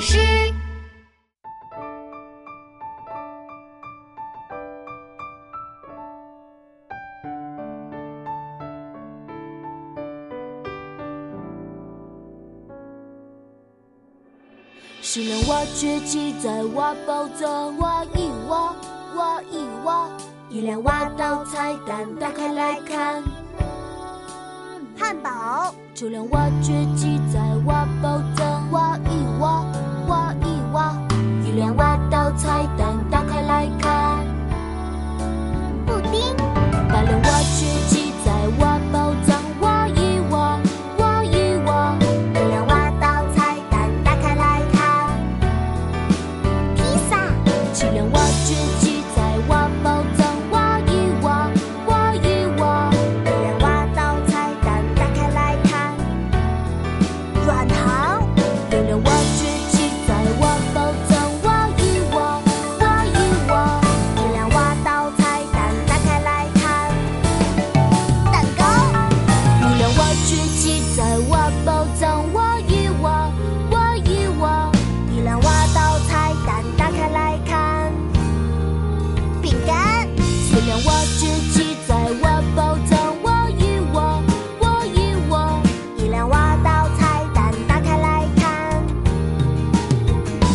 师。是能挖掘机在挖宝藏，挖一挖，挖一挖，月亮挖到彩蛋，打开来看。汉堡、就连挖掘机在挖宝藏，挖一挖，挖一挖，月亮挖到彩蛋，打开来看。布丁、白龙挖掘机在挖宝藏，挖一挖，挖一挖，月亮挖到彩蛋，打开来看。披萨、七连挖掘机在挖宝藏，挖一挖，挖一挖，月亮挖到彩蛋，打开来看。软糖、六连挖掘机在挖宝藏，挖一挖，挖一挖，月亮挖到彩蛋，打开来看。蛋糕、五连挖掘机在挖宝藏，挖一挖，挖一挖，月亮挖到彩蛋，打开来看。饼干、四连挖掘机在挖宝藏，挖一挖，挖一挖，月亮挖到彩蛋，打开来看。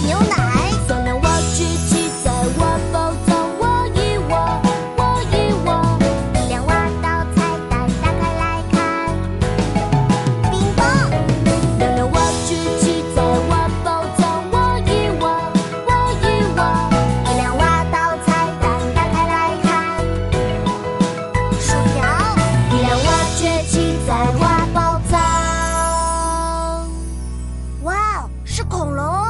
牛奶、三连挖掘机在挖宝藏，挖一挖，挖一挖，月亮挖到彩蛋，打开来看。冰棒、六六挖掘机在挖宝藏，挖一挖，挖一挖，月亮挖到彩蛋，打开来看。薯条。月亮挖掘机在挖宝藏。哇哦，是恐龙！